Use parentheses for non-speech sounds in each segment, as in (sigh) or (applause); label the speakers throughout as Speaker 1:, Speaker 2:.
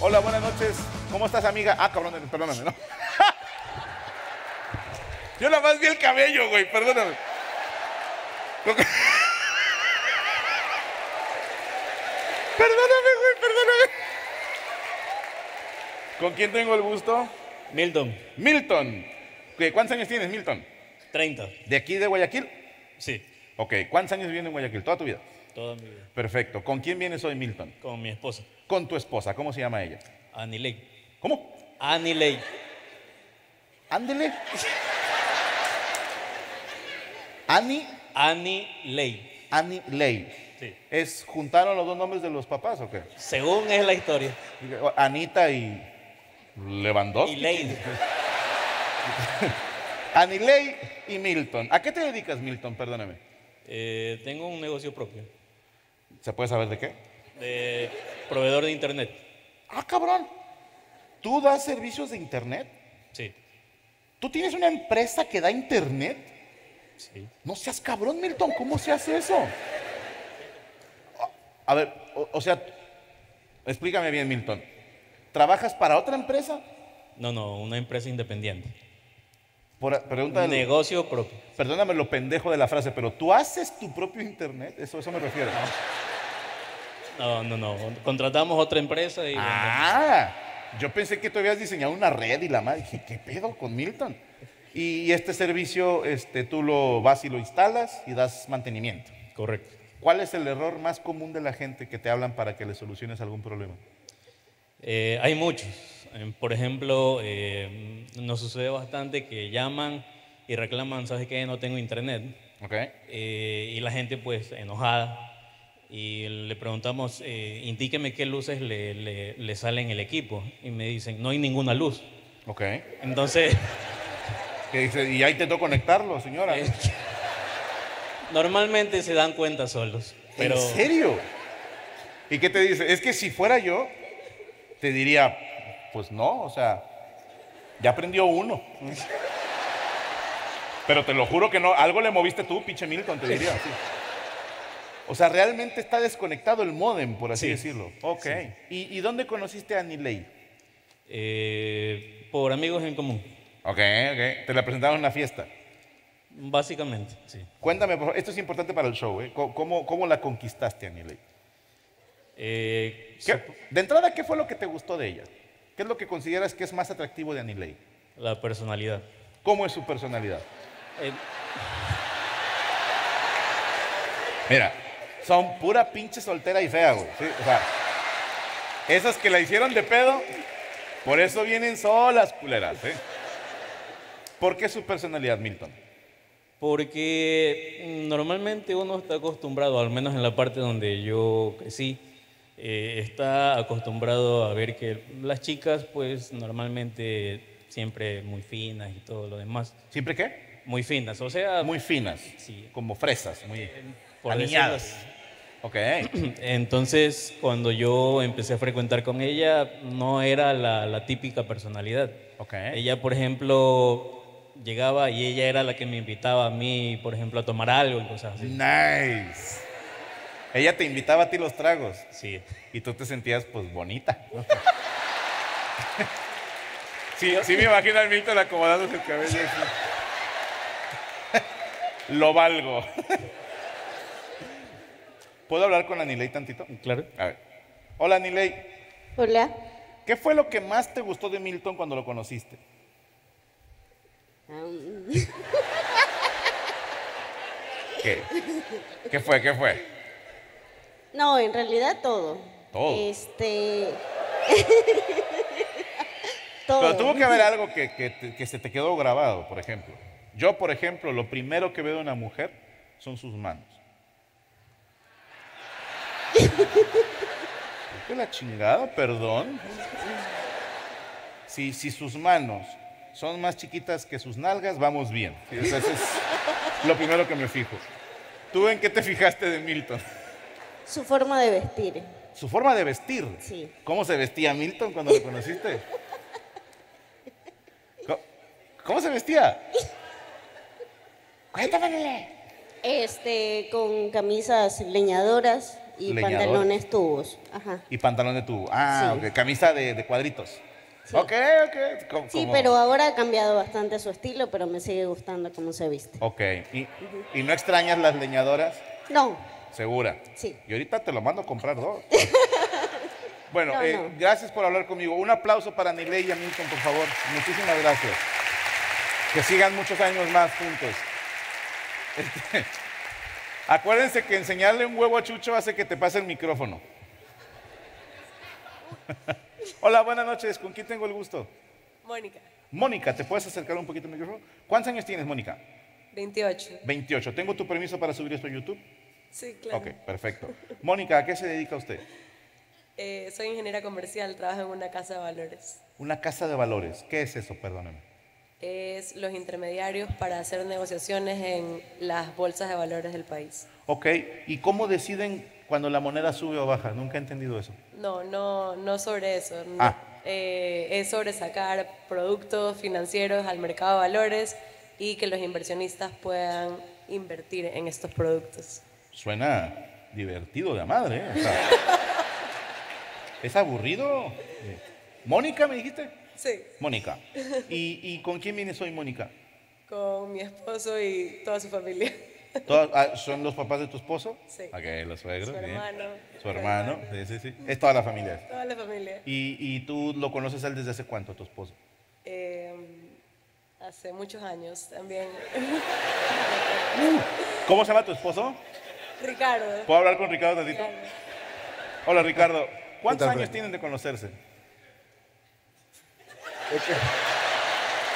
Speaker 1: Hola, buenas noches. ¿Cómo estás, amiga? Ah, cabrón, perdóname, ¿no? (laughs) Yo nada más vi el cabello, güey, perdóname. (laughs) Lo que- Perdóname, güey, perdóname. ¿Con quién tengo el gusto?
Speaker 2: Milton,
Speaker 1: Milton. ¿Qué, ¿Cuántos años tienes, Milton?
Speaker 2: 30.
Speaker 1: ¿De aquí de Guayaquil?
Speaker 2: Sí,
Speaker 1: Ok, ¿cuántos años viviendo en Guayaquil? Toda tu vida.
Speaker 2: toda mi vida.
Speaker 1: Perfecto. ¿Con quién vienes hoy, Milton?
Speaker 2: Con mi esposa,
Speaker 1: Con tu esposa. ¿Cómo se llama ella?
Speaker 2: Anilei.
Speaker 1: ¿Cómo?
Speaker 2: Anilei.
Speaker 1: Ándele. Ani,
Speaker 2: Anilei.
Speaker 1: Ani Ley.
Speaker 2: Sí.
Speaker 1: ¿Es, ¿Juntaron los dos nombres de los papás o qué?
Speaker 2: Según es la historia.
Speaker 1: Anita y
Speaker 2: Y
Speaker 1: Lewandowski. (laughs)
Speaker 2: Ley.
Speaker 1: Anilei y Milton. ¿A qué te dedicas, Milton? Perdóname.
Speaker 2: Eh, tengo un negocio propio
Speaker 1: ¿Se puede saber de qué?
Speaker 2: de proveedor de internet.
Speaker 1: Ah, cabrón. ¿Tú das servicios de internet?
Speaker 2: Sí,
Speaker 1: ¿Tú tienes una empresa que da internet?
Speaker 2: sí.
Speaker 1: No seas cabrón, Milton. ¿Cómo se hace eso? A- A ver, o, o sea, explícame bien, Milton. ¿Trabajas para otra empresa?
Speaker 2: No, no, una empresa independiente.
Speaker 1: Por, pregunta del-
Speaker 2: Negocio propio.
Speaker 1: Perdóname lo pendejo de la frase, pero ¿tú haces tu propio internet? Eso, eso me refiero.
Speaker 2: No, no, no. Contratamos otra empresa y.
Speaker 1: Ah, yo pensé que tú habías diseñado una red y la madre. Dije, ¿qué pedo con Milton? Y este servicio, este, tú lo vas y lo instalas y das mantenimiento.
Speaker 2: Correcto.
Speaker 1: ¿Cuál es el error más común de la gente que te hablan para que le soluciones algún problema?
Speaker 2: Eh, hay muchos. Em, Por ejemplo, eh, nos sucede bastante que llaman y reclaman, ¿sabes qué? No tengo internet.
Speaker 1: ¿Ok?
Speaker 2: Eh, y la gente pues enojada. Y le preguntamos, eh, indíqueme qué luces le, le, le salen el equipo. Y me dicen, no hay ninguna luz.
Speaker 1: ¿Ok?
Speaker 2: Entonces,
Speaker 1: (laughs) Que dice, y ya intentó conectarlo, señora.
Speaker 2: eh, (laughs) normalmente se dan cuenta solos. Pero
Speaker 1: ¿En serio? ¿Y qué te dice? Es que si fuera yo, te diría, pues no, o sea, ya aprendió uno. Pero te lo juro que no, algo le moviste tú, pinche Milton, te diría. sí. O sea, realmente está desconectado el modem, por así
Speaker 2: Sí.
Speaker 1: decirlo. Ok. ¿Y, y dónde conociste a Niley?
Speaker 2: eh, por amigos en común,
Speaker 1: Ok, ok. Te la presentaron en una fiesta.
Speaker 2: básicamente, sí.
Speaker 1: Cuéntame, por favor, esto es importante para el show, ¿eh? Co- ¿Cómo, cómo la conquistaste a Niley?
Speaker 2: Eh,
Speaker 1: ¿Qué- de entrada, ¿qué fue lo que te gustó de ella? ¿Qué es lo que consideras que es más atractivo de Anilei?
Speaker 2: la personalidad.
Speaker 1: ¿Cómo es su personalidad?
Speaker 2: Eh,
Speaker 1: Mira, son pura pinche soltera y fea, güey. ¿sí? O sea, esas que la hicieron de pedo, por eso vienen solas, culeras, ¿eh? ¿Por qué su personalidad, Milton?
Speaker 2: Porque normalmente uno está acostumbrado, al menos en la parte donde yo crecí, eh, está acostumbrado a ver que las chicas, pues normalmente siempre muy finas y todo lo demás.
Speaker 1: ¿Siempre qué?
Speaker 2: Muy finas, o sea,
Speaker 1: Muy finas.
Speaker 2: Sí.
Speaker 1: Como fresas, muy
Speaker 2: por
Speaker 1: aniñadas. Ok.
Speaker 2: (clears throat) Entonces, cuando yo empecé a frecuentar con ella, no era la, la típica personalidad.
Speaker 1: Ok.
Speaker 2: Ella, por ejemplo, llegaba y ella era la que me invitaba a mí, por ejemplo, a tomar algo y cosas así.
Speaker 1: Nice. Ella te invitaba a ti los tragos
Speaker 2: Sí.
Speaker 1: y tú te sentías pues bonita. (laughs) sí, sí me imagino al Milton acomodándose el cabello. así. (laughs) Lo valgo. (laughs) ¿Puedo hablar con Anilei tantito?
Speaker 2: Claro.
Speaker 1: A ver. Hola Anilei,
Speaker 3: Hola.
Speaker 1: ¿qué fue lo que más te gustó de Milton cuando lo conociste?
Speaker 3: Am,
Speaker 1: ¿Qué? ¿Qué fue? ¿Qué fue?
Speaker 3: No, en realidad todo.
Speaker 1: Todo. (laughs)
Speaker 3: Este.
Speaker 1: Pero
Speaker 3: todo.
Speaker 1: tuvo que haber algo que, que te- que se te quedó grabado, por ejemplo. Yo, por ejemplo, lo primero que veo de una mujer son sus (laughs) manos. ¿Qué la chingada? Perdón. Si, si sus manos son más chiquitas que sus nalgas, vamos bien. Sí, o sea, Eso es lo primero que me fijo. ¿Tú en qué te fijaste de Milton?
Speaker 3: Su forma de vestir.
Speaker 1: Su forma de vestir.
Speaker 3: Sí.
Speaker 1: ¿Cómo se vestía Milton cuando lo (laughs) conociste? Co- ¿Cómo se vestía? Cuéntamele.
Speaker 3: Este, con camisas leñadoras y
Speaker 1: Leñadoras.
Speaker 3: pantalones tubos. Ajá.
Speaker 1: Y pantalón de tubo. Ah,
Speaker 3: Sí.
Speaker 1: ok. Camisa de, de cuadritos.
Speaker 3: Sí.
Speaker 1: Ok, ok. Como-
Speaker 3: Sí,
Speaker 1: como-
Speaker 3: pero ahora ha cambiado bastante su estilo, pero me sigue gustando cómo se viste.
Speaker 1: Ok. ¿Y, y no extrañas las leñadoras?
Speaker 3: No,
Speaker 1: Segura.
Speaker 3: Sí.
Speaker 1: Y ahorita te lo mando a comprar
Speaker 3: (laughs)
Speaker 1: dos. bueno,
Speaker 3: No,
Speaker 1: eh,
Speaker 3: no.
Speaker 1: gracias por hablar conmigo. Un aplauso para Niley y a Milton, por favor. Muchísimas gracias. Que sigan muchos años más juntos. Este, acuérdense que enseñarle un huevo a Chucho hace que te pase el micrófono. (laughs) Hola, buenas noches. ¿Con quién tengo el gusto?
Speaker 4: Mónica,
Speaker 1: Mónica, ¿te puedes acercar un poquito el micrófono? ¿Cuántos años tienes, Mónica?
Speaker 4: 28.
Speaker 1: 28. ¿Tengo tu permiso para subir esto a YouTube?
Speaker 4: Sí, claro.
Speaker 1: Ok, perfecto. Mónica, ¿a qué se dedica usted?
Speaker 4: Eh, soy ingeniera comercial, trabajo en una casa de valores.
Speaker 1: Una casa de valores. ¿Qué es eso? Perdóname.
Speaker 4: Es los intermediarios para hacer negociaciones en las bolsas de valores del país.
Speaker 1: Ok, ¿y cómo deciden cuando la moneda sube o baja? Nunca he entendido eso.
Speaker 4: No, no, no sobre eso. no.
Speaker 1: Ah.
Speaker 4: Eh, es sobre sacar productos financieros al mercado de valores y que los inversionistas puedan invertir en estos productos.
Speaker 1: Suena divertido de la madre. ¿eh? O sea, es aburrido. Mónica, me dijiste.
Speaker 4: (laughs) Sí,
Speaker 1: Mónica. ¿Y, y con quién vienes hoy, Mónica?
Speaker 4: con mi esposo y toda su familia.
Speaker 1: ¿Todas- ah, ¿Son los papás de tu esposo?
Speaker 4: Sí.
Speaker 1: Ok, los suegros.
Speaker 4: Su
Speaker 1: bien.
Speaker 4: hermano.
Speaker 1: Su hermano. Sí, sí, sí. Es toda la familia.
Speaker 4: Toda la familia.
Speaker 1: ¿Y, y tú lo conoces a él desde hace cuánto, a tu esposo?
Speaker 4: Eh, hace muchos años también. (laughs)
Speaker 1: ¿Cómo se llama tu esposo?
Speaker 4: Ricardo.
Speaker 1: ¿Puedo hablar con Ricardo tantito?
Speaker 4: Ricardo.
Speaker 1: Hola Ricardo, ¿cuántos
Speaker 5: tal,
Speaker 1: años
Speaker 5: Frank?
Speaker 1: tienen de conocerse?
Speaker 5: Es que-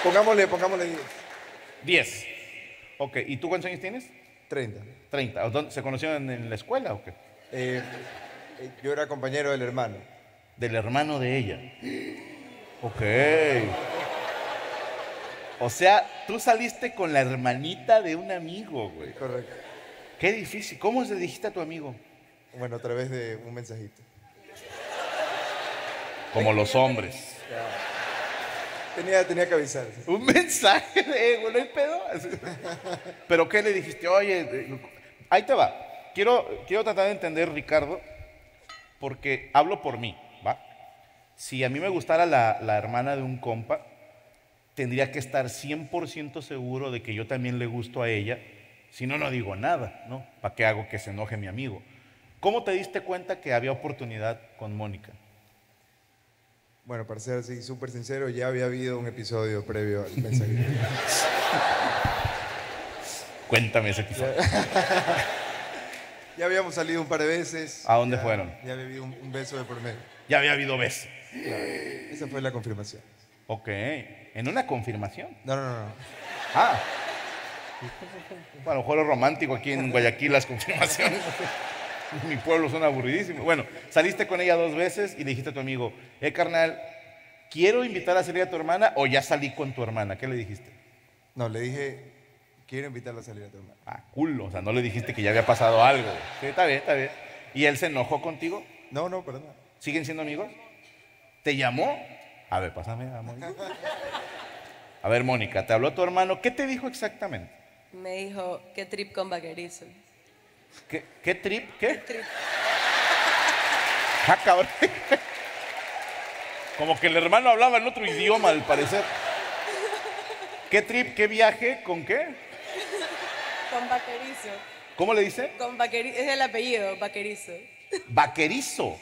Speaker 5: Pongámosle, pongámosle
Speaker 1: 10. Ok, ¿y tú cuántos años tienes?
Speaker 5: 30.
Speaker 1: 30. ¿O dónde- ¿Se conocieron en la escuela o qué?
Speaker 5: Eh, eh, yo era compañero del hermano.
Speaker 1: Del hermano de ella. Ok. O sea, tú saliste con la hermanita de un amigo, güey.
Speaker 5: Correcto.
Speaker 1: Qué difícil. ¿Cómo se dijiste a tu amigo?
Speaker 5: Bueno, a través de un mensajito.
Speaker 1: Como los hombres.
Speaker 5: Tenía, tenía que avisarse.
Speaker 1: Un mensaje de, eh, güey, no hay pedo. (laughs) Así. Pero ¿qué le dijiste? Oye, eh, ahí te va. Quiero, quiero tratar de entender, Ricardo, porque hablo por mí, ¿va? Si a mí me gustara la, la hermana de un compa, tendría que estar 100% seguro de que yo también le gusto a ella. Si no, no digo nada, ¿no? ¿Para qué hago que se enoje mi amigo? ¿Cómo te diste cuenta que había oportunidad con Mónica?
Speaker 5: Bueno, para ser así súper sincero, ya había habido un episodio previo al mensajito.
Speaker 1: (laughs) Cuéntame ese episodio.
Speaker 5: (laughs) ya habíamos salido un par de veces.
Speaker 1: ¿A dónde
Speaker 5: Ya-
Speaker 1: fueron?
Speaker 5: Ya había habido un, un beso de por medio.
Speaker 1: Ya había habido beso.
Speaker 5: Esa fue la confirmación.
Speaker 1: Ok. ¿En una confirmación?
Speaker 5: No, no, no. no.
Speaker 1: Ah, Bueno, a lo mejor es romántico aquí en Guayaquil las confirmaciones. Mi pueblo son aburridísimos. Bueno, saliste con ella dos veces y le dijiste a tu amigo, eh, carnal, quiero invitar a salir a tu hermana o ya salí con tu hermana. ¿Qué le dijiste?
Speaker 5: No, le dije, quiero invitarla a salir a tu hermana.
Speaker 1: Ah, culo. O sea, no le dijiste que ya había pasado algo. Sí, está bien, está bien. ¿Y él se enojó contigo?
Speaker 5: No, no, para nada.
Speaker 1: ¿Siguen siendo amigos? ¿Te llamó? A ver, pásame a Mónica. A ver, Mónica, te habló tu hermano. ¿Qué te dijo exactamente?
Speaker 4: Me dijo, ¿qué trip con vaquerizo?
Speaker 1: ¿Qué, qué trip? ¿Qué? (laughs) Ah, cabrón. Como que el hermano hablaba en otro idioma, al parecer. ¿Qué trip? ¿Qué viaje? ¿Con qué?
Speaker 4: (laughs) Con vaquerizo.
Speaker 1: ¿Cómo le dice?
Speaker 4: Con vaquerizo, es el apellido, vaquerizo.
Speaker 1: Vaquerizo.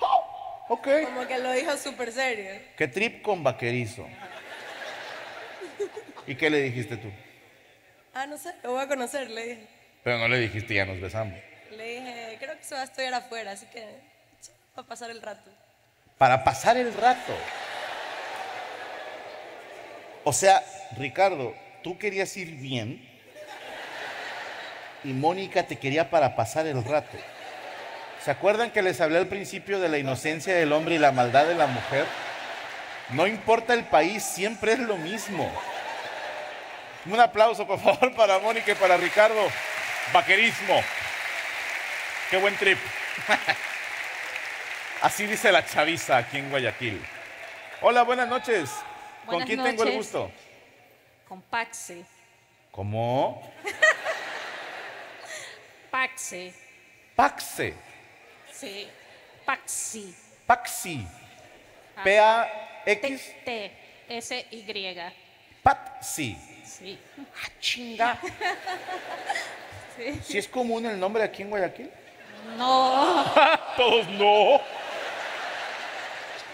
Speaker 1: Oh, ok.
Speaker 4: Como que lo dijo súper serio.
Speaker 1: ¿Qué trip con vaquerizo? ¿Y qué le dijiste tú?
Speaker 4: Ah, no sé, lo voy a conocer, le dije.
Speaker 1: Pero no le dijiste, ya nos besamos.
Speaker 4: Le dije, creo que se va a estudiar afuera, así que solo va a pasar el rato.
Speaker 1: Para pasar el rato. O sea, Ricardo, tú querías ir bien y Mónica te quería para pasar el rato. ¿Se acuerdan que les hablé al principio de la inocencia del hombre y la maldad de la mujer? No importa el país, siempre es lo mismo. Un aplauso, por favor, para Mónica y para Ricardo. Vaquerismo. Qué buen trip. (laughs) Así dice la chaviza aquí en Guayaquil. Hola, buenas noches. ¿Con
Speaker 6: Buenas
Speaker 1: quién tengo el
Speaker 6: noches.
Speaker 1: gusto?
Speaker 6: Con Paxe.
Speaker 1: ¿Cómo?
Speaker 6: Paxe.
Speaker 1: Paxe.
Speaker 6: Sí. Paxi.
Speaker 1: Paxi. P-A-X.
Speaker 6: T-T-S-Y.
Speaker 1: Paxi.
Speaker 6: Sí.
Speaker 1: Ah,
Speaker 6: (laughs)
Speaker 1: chinga. ¿Sí es común el nombre aquí en Guayaquil? (laughs)
Speaker 6: No.
Speaker 1: Todos no.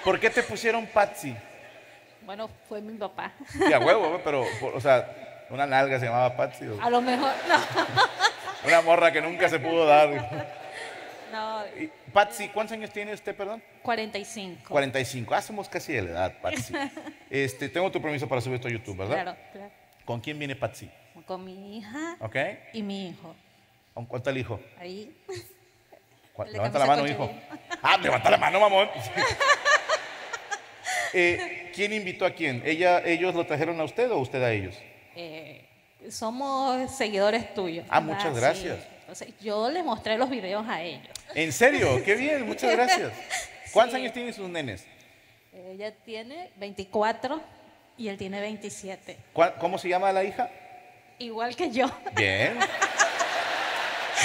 Speaker 1: ¿Por qué te pusieron Patsy?
Speaker 6: Bueno, fue mi papá.
Speaker 1: Ya huevo, güey, pero, por- o sea, una nalga se llamaba Patsy. o
Speaker 6: A lo mejor. No.
Speaker 1: Una morra que nunca se pudo dar. güey.
Speaker 6: No.
Speaker 1: Y, Patsy, ¿cuántos años tiene usted, perdón?
Speaker 6: 45.
Speaker 1: 45. Ah, somos casi de la edad,
Speaker 6: (laughs)
Speaker 1: Patsy. Este, tengo tu permiso para subir esto a YouTube, ¿verdad?
Speaker 6: Claro, claro.
Speaker 1: ¿Con quién viene Patsy?
Speaker 6: Con mi hija
Speaker 1: ¿Ok?
Speaker 6: y mi hijo.
Speaker 1: ¿Con cuánto el hijo?
Speaker 6: Ahí.
Speaker 1: Cu-
Speaker 6: Le
Speaker 1: Levanta
Speaker 6: cambió
Speaker 1: la
Speaker 6: el
Speaker 1: mano, hijo.
Speaker 6: coche.
Speaker 1: (laughs) Ah, levanta la mano, mamón. (laughs) Eh, ¿Quién invitó a quién? ¿Ella, ¿Ellos lo trajeron a usted o usted a ellos?
Speaker 6: Eh, somos seguidores tuyos.
Speaker 1: Ah, muchas
Speaker 6: Sí.
Speaker 1: gracias.
Speaker 6: Entonces, yo le mostré los videos a ellos.
Speaker 1: ¿En serio? Qué bien, (laughs) muchas gracias. ¿Cuántos
Speaker 6: Sí.
Speaker 1: años tienen sus nenes?
Speaker 6: Ella tiene 24 y él tiene 27.
Speaker 1: ¿Cuá- ¿Cómo se llama la hija?
Speaker 6: Igual que yo. (laughs)
Speaker 1: Bien.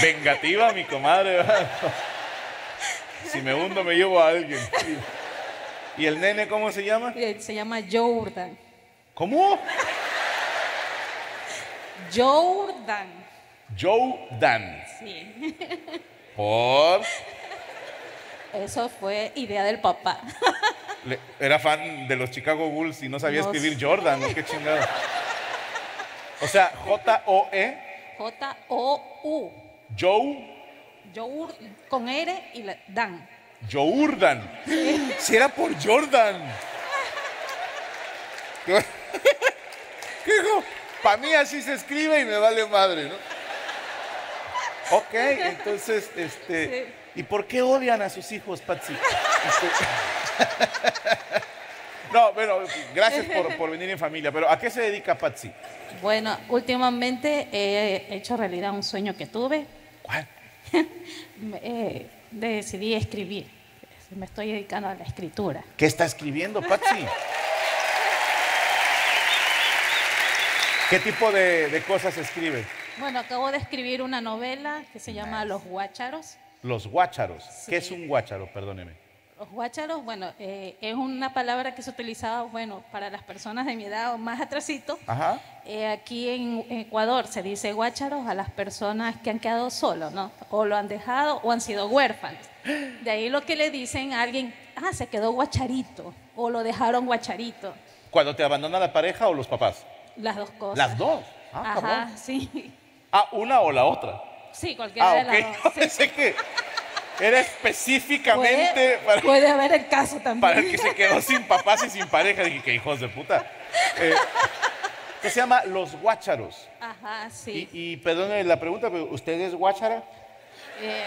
Speaker 1: Vengativa, mi comadre. ¿verdad? (laughs) Si me hundo, me llevo a (laughs) alguien. ¿Y el nene cómo se llama?
Speaker 6: Eh, Se llama Jordan.
Speaker 1: ¿Cómo?
Speaker 6: Jordan.
Speaker 1: Joe Dan.
Speaker 6: Sí. (laughs)
Speaker 1: Por.
Speaker 6: Eso fue idea del papá. (laughs)
Speaker 1: Le- era fan de los Chicago Bulls y no sabía
Speaker 6: No
Speaker 1: escribir Jordan, ¿no? qué chingado. O sea, J-O-E,
Speaker 6: J-O-U.
Speaker 1: Joe,
Speaker 6: Jour con R y la- Dan.
Speaker 1: Jourdan. Si era por Jordan. (laughs) ¿Qué dijo? Para mí así se escribe y me vale madre, ¿no? Ok, entonces, este. ¿Y por qué odian a sus hijos, Patsy? Este- (laughs) No, bueno, gracias por, por venir en familia, pero ¿a qué se dedica Patsy?
Speaker 6: Bueno, últimamente he hecho realidad un sueño que tuve.
Speaker 1: ¿Cuál?
Speaker 6: (laughs) Me- eh, decidí escribir. Me estoy dedicando a la escritura.
Speaker 1: ¿Qué está escribiendo, Patsy? ¿Qué tipo de, de cosas escribe?
Speaker 6: Bueno, acabo de escribir una novela que se llama Los Guácharos.
Speaker 1: Los guácharos.
Speaker 6: Sí.
Speaker 1: ¿Qué es un guácharo? Perdóneme.
Speaker 6: Los guácharos, bueno, eh, es una palabra que se utilizaba, bueno, para las personas de mi edad o más atrasito.
Speaker 1: Ajá.
Speaker 6: Eh, aquí en Ecuador se dice guácharos a las personas que han quedado solos, ¿no? O lo han dejado o han sido huérfanos. De ahí lo que le dicen a alguien, ah, se quedó guacharito o lo dejaron guacharito.
Speaker 1: ¿Cuando te abandona la pareja o los papás?
Speaker 6: Las dos cosas.
Speaker 1: Las dos. Ah,
Speaker 6: Ajá,
Speaker 1: cabrón.
Speaker 6: sí.
Speaker 1: Ah, una o la otra.
Speaker 6: Sí, cualquiera
Speaker 1: Ah,
Speaker 6: de las
Speaker 1: ok.
Speaker 6: dos.
Speaker 1: (laughs)
Speaker 6: sí.
Speaker 1: Pensé que era específicamente
Speaker 6: Puede,
Speaker 1: para,
Speaker 6: puede haber
Speaker 1: (laughs)
Speaker 6: el caso también. (laughs)
Speaker 1: para el que se quedó sin papás y sin pareja. Dije, que hijos de puta. Eh, que se llama Los Guácharos.
Speaker 6: Ajá, sí.
Speaker 1: Y, y perdone la pregunta, pero ¿usted es guáchara?
Speaker 6: Eh,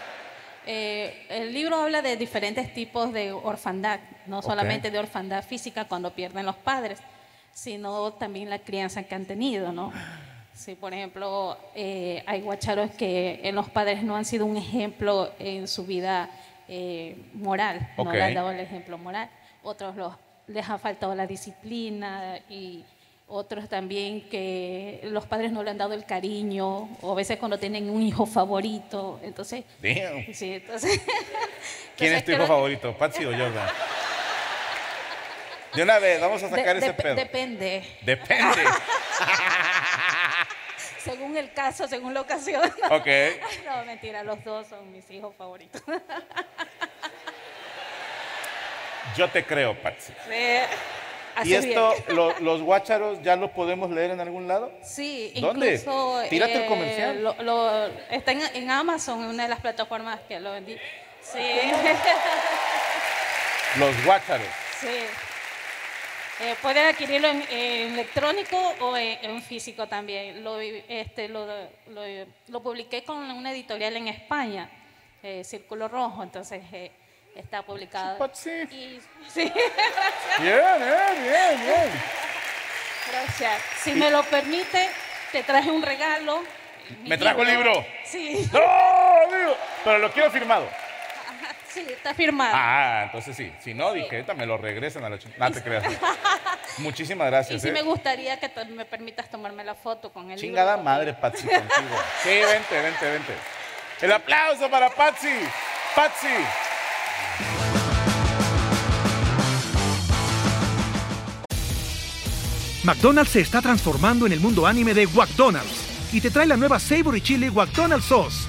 Speaker 6: (laughs) eh, el libro habla de diferentes tipos de orfandad, no
Speaker 1: Ok.
Speaker 6: solamente de orfandad física cuando pierden los padres, sino también la crianza que han tenido, ¿no? Sí, por ejemplo, eh, hay guacharos que eh, los padres no han sido un ejemplo en su vida eh, moral, no le han
Speaker 1: Ok.
Speaker 6: dado el ejemplo moral. Otros los, les ha faltado la disciplina y otros también que los padres no le han dado el cariño o a veces cuando tienen un hijo favorito. Entonces,
Speaker 1: Damn.
Speaker 6: sí, entonces...
Speaker 1: ¿Quién es
Speaker 6: entonces
Speaker 1: tu hijo
Speaker 6: creo-
Speaker 1: favorito, Patsy o Jordan? De una vez, vamos a
Speaker 6: (laughs) de-
Speaker 1: sacar ese
Speaker 6: dep-
Speaker 1: pedo.
Speaker 6: Depende,
Speaker 1: (laughs)
Speaker 6: (laughs)
Speaker 1: Depende.
Speaker 6: según el caso, según la ocasión. (laughs)
Speaker 1: Ok.
Speaker 6: No, mentira, los dos son mis hijos favoritos. (laughs)
Speaker 1: Yo te creo, Patsy.
Speaker 6: Sí, así
Speaker 1: ¿Y esto,
Speaker 6: bien.
Speaker 1: lo- los guácharos, ya lo podemos leer en algún lado?
Speaker 6: Sí,
Speaker 1: ¿Dónde?
Speaker 6: incluso... eh,
Speaker 1: Tírate el comercial.
Speaker 6: lo- lo- está en, en Amazon, en una de las plataformas que lo vendí. Sí.
Speaker 1: Los guácharos.
Speaker 6: Sí. Eh, pueden adquirirlo en, en electrónico o en, en físico también. Lo, este, lo, lo- lo publiqué con una editorial en España, eh, Círculo Rojo, entonces eh, está publicado.
Speaker 1: Patsy.
Speaker 6: Y- sí, (laughs)
Speaker 1: Bien, bien, bien, bien.
Speaker 6: gracias. Si me lo permite, te traje un regalo. mi
Speaker 1: ¿Me trajo el libro?
Speaker 6: Sí,
Speaker 1: ¡No, amigo! Pero lo quiero firmado.
Speaker 6: sí, está firmado.
Speaker 1: Ah, entonces sí. Si no, dije, "Esta me lo regresan a la chingada. No te
Speaker 6: (laughs)
Speaker 1: creas. Muchísimas
Speaker 6: y
Speaker 1: gracias.
Speaker 6: sí
Speaker 1: ¿eh?
Speaker 6: me gustaría que te- me permitas tomarme la foto con el
Speaker 1: Chingada
Speaker 6: libro.
Speaker 1: madre, Patsy, contigo. Sí, vente, vente, vente. El aplauso para Patsy. Patsy.
Speaker 7: McDonald's se está transformando en el mundo anime de McDonald's y te trae la nueva Savory Chili McDonald's Sauce.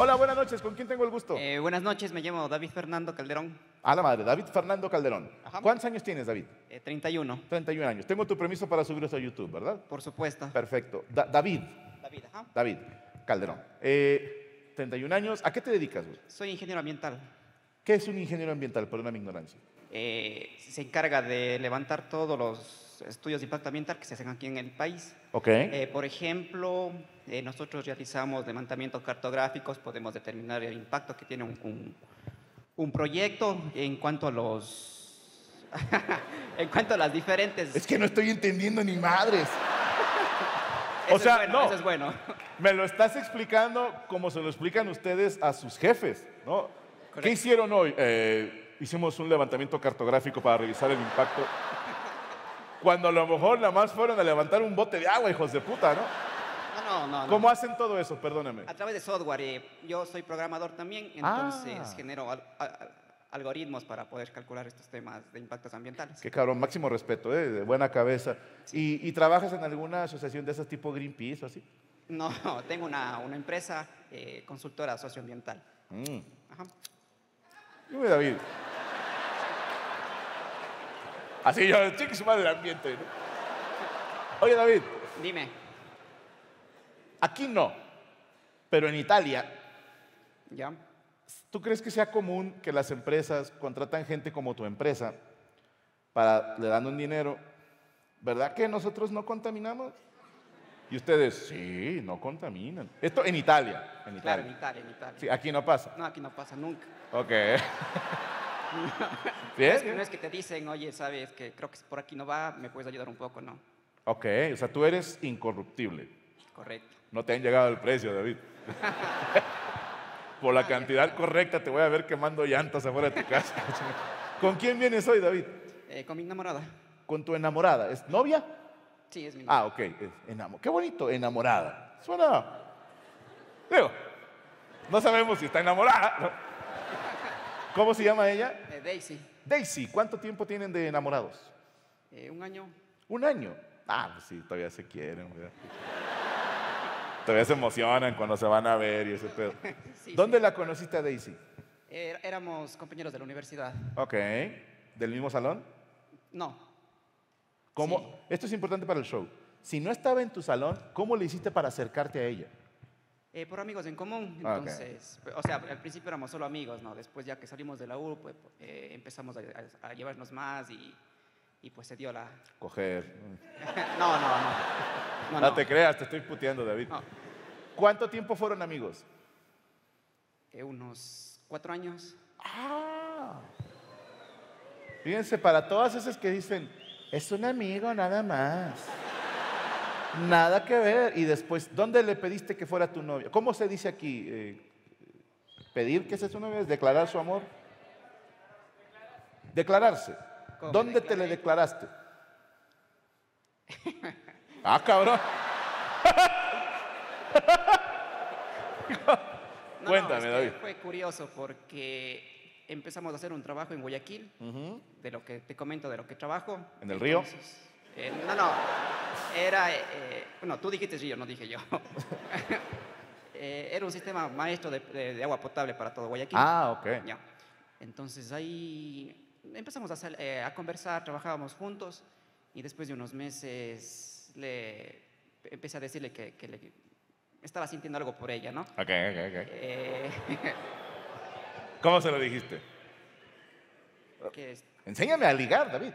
Speaker 1: Hola, buenas noches. ¿Con quién tengo el gusto?
Speaker 8: Eh, buenas noches, me llamo David Fernando Calderón,
Speaker 1: A la madre, David Fernando Calderón.
Speaker 8: Ajá.
Speaker 1: ¿Cuántos años tienes, David?
Speaker 8: eh, 31,
Speaker 1: 31 años. Tengo tu permiso para subir eso a YouTube, ¿verdad?
Speaker 8: por supuesto.
Speaker 1: Perfecto. Da- David,
Speaker 8: David, ajá.
Speaker 1: David Calderón. Eh, 31 años. ¿A qué te dedicas? güey?
Speaker 8: Soy ingeniero ambiental.
Speaker 1: ¿Qué es un ingeniero ambiental? Perdona mi ignorancia.
Speaker 8: Eh, se encarga de levantar todos los estudios de impacto ambiental que se hacen aquí en el país.
Speaker 1: Ok.
Speaker 8: Eh, por ejemplo, eh, nosotros realizamos levantamientos cartográficos, podemos determinar el impacto que tiene un, un- un proyecto en cuanto a los... (laughs) en cuanto a las diferentes...
Speaker 1: es que no estoy entendiendo ni madres.
Speaker 8: Eso
Speaker 1: o sea,
Speaker 8: es bueno,
Speaker 1: no.
Speaker 8: Eso es bueno.
Speaker 1: Me lo estás explicando como se lo explican ustedes a sus jefes, ¿no?
Speaker 8: Correcto.
Speaker 1: ¿Qué hicieron hoy? Eh, hicimos un levantamiento cartográfico para revisar el impacto. Cuando a lo mejor nada más fueron a levantar un bote de agua, hijos de puta, ¿no?
Speaker 8: No, no, Ah, no, no.
Speaker 1: ¿Cómo hacen todo eso? Perdóname.
Speaker 8: A través de software. eh, yo soy programador también, entonces
Speaker 1: Ah.
Speaker 8: genero al- a- a- algoritmos para poder calcular estos temas de impactos ambientales.
Speaker 1: Qué cabrón, máximo respeto, ¿eh? de buena cabeza. ¿Y, y trabajas en alguna asociación de esas tipo Greenpeace o así?
Speaker 8: No, tengo una, una empresa eh, consultora socioambiental.
Speaker 1: Mm.
Speaker 8: Ajá.
Speaker 1: Dime, David. Así yo, chique su madre el ambiente. ¿no? Oye, David,
Speaker 8: Dime,
Speaker 1: aquí no, pero en Italia,
Speaker 8: ¿ya?
Speaker 1: ¿tú crees que sea común que las empresas contratan gente como tu empresa para le dan un dinero? ¿Verdad que nosotros no contaminamos? Y ustedes, sí, no contaminan. Esto en Italia, en
Speaker 8: Claro, en
Speaker 1: Italia.
Speaker 8: Italia, en Italia.
Speaker 1: Sí, aquí no pasa.
Speaker 8: No, aquí no pasa nunca.
Speaker 1: (laughs) Ok.
Speaker 8: Es
Speaker 1: ¿Bien?
Speaker 8: que no es que te dicen, oye, sabes que creo que por aquí no va, me puedes ayudar un poco, no.
Speaker 1: Ok, o sea, tú eres incorruptible.
Speaker 8: Correcto.
Speaker 1: No te han llegado el precio,
Speaker 8: (laughs)
Speaker 1: David. Por la cantidad correcta te voy a ver quemando llantas afuera de tu casa. (laughs) ¿Con quién vienes hoy, David?
Speaker 8: Eh, con mi enamorada.
Speaker 1: Con tu enamorada. ¿Es novia?
Speaker 8: Sí, es mi
Speaker 1: Ah, ok. es enamo- Qué bonito, enamorada. Suena... Digo, no sabemos si está enamorada. ¿no? ¿Cómo se llama ella?
Speaker 8: Eh, Daisy, (laughs)
Speaker 1: Daisy. ¿Cuánto tiempo tienen de enamorados?
Speaker 8: eh, un año.
Speaker 1: Un año. Ah, pues sí, todavía se quieren, ¿verdad? Todavía se emocionan cuando se van a ver y ese pedo.
Speaker 8: Sí,
Speaker 1: ¿Dónde la conociste a Daisy?
Speaker 8: Eh, éramos compañeros de la universidad.
Speaker 1: Ok. ¿Del mismo salón?
Speaker 8: No,
Speaker 1: ¿Cómo?
Speaker 8: Sí.
Speaker 1: Esto es importante para el show. Si no estaba en tu salón, ¿cómo le hiciste para acercarte a ella?
Speaker 8: eh, por amigos en común.
Speaker 1: Ah, ok.
Speaker 8: Entonces, o sea, al principio éramos solo amigos, ¿no? Después ya que salimos de la U, pues eh, empezamos a, a- a llevarnos más y, y pues se dio la... (laughs)
Speaker 1: Coger.
Speaker 8: no, no, no.
Speaker 1: No,
Speaker 8: No,
Speaker 1: te creas, te estoy puteando, David.
Speaker 8: No.
Speaker 1: ¿Cuánto tiempo fueron amigos?
Speaker 8: Eh, unos cuatro años.
Speaker 1: Ah. Fíjense, para todas esas que dicen, es un amigo nada más. Nada que ver. Y después, ¿dónde le pediste que fuera tu novia? ¿Cómo se dice aquí? eh, pedir que sea su novia es declarar su amor. Declararse.
Speaker 8: ¿Cómo me
Speaker 1: ¿Dónde te le declaraste? ah, cabrón.
Speaker 8: No, no,
Speaker 1: Cuéntame,
Speaker 8: es que
Speaker 1: David.
Speaker 8: Fue curioso porque empezamos a hacer un trabajo en Guayaquil, de lo que te comento, de lo que trabajo.
Speaker 1: ¿En el río?
Speaker 8: Entonces, eh, no, no. Era. eh, eh, bueno, tú dijiste río, no dije yo. (laughs) Eh, era un sistema maestro de, de- de agua potable para todo Guayaquil.
Speaker 1: Ah, ok.
Speaker 8: Ya. Entonces ahí empezamos a, sal- eh, a conversar, trabajábamos juntos y después de unos meses le empecé a decirle que, que le- estaba sintiendo algo por ella, ¿no?
Speaker 1: Ok, ok,
Speaker 8: Eh, (laughs)
Speaker 1: ok. ¿Cómo se lo dijiste?
Speaker 8: que es-
Speaker 1: Enséñame a ligar, David.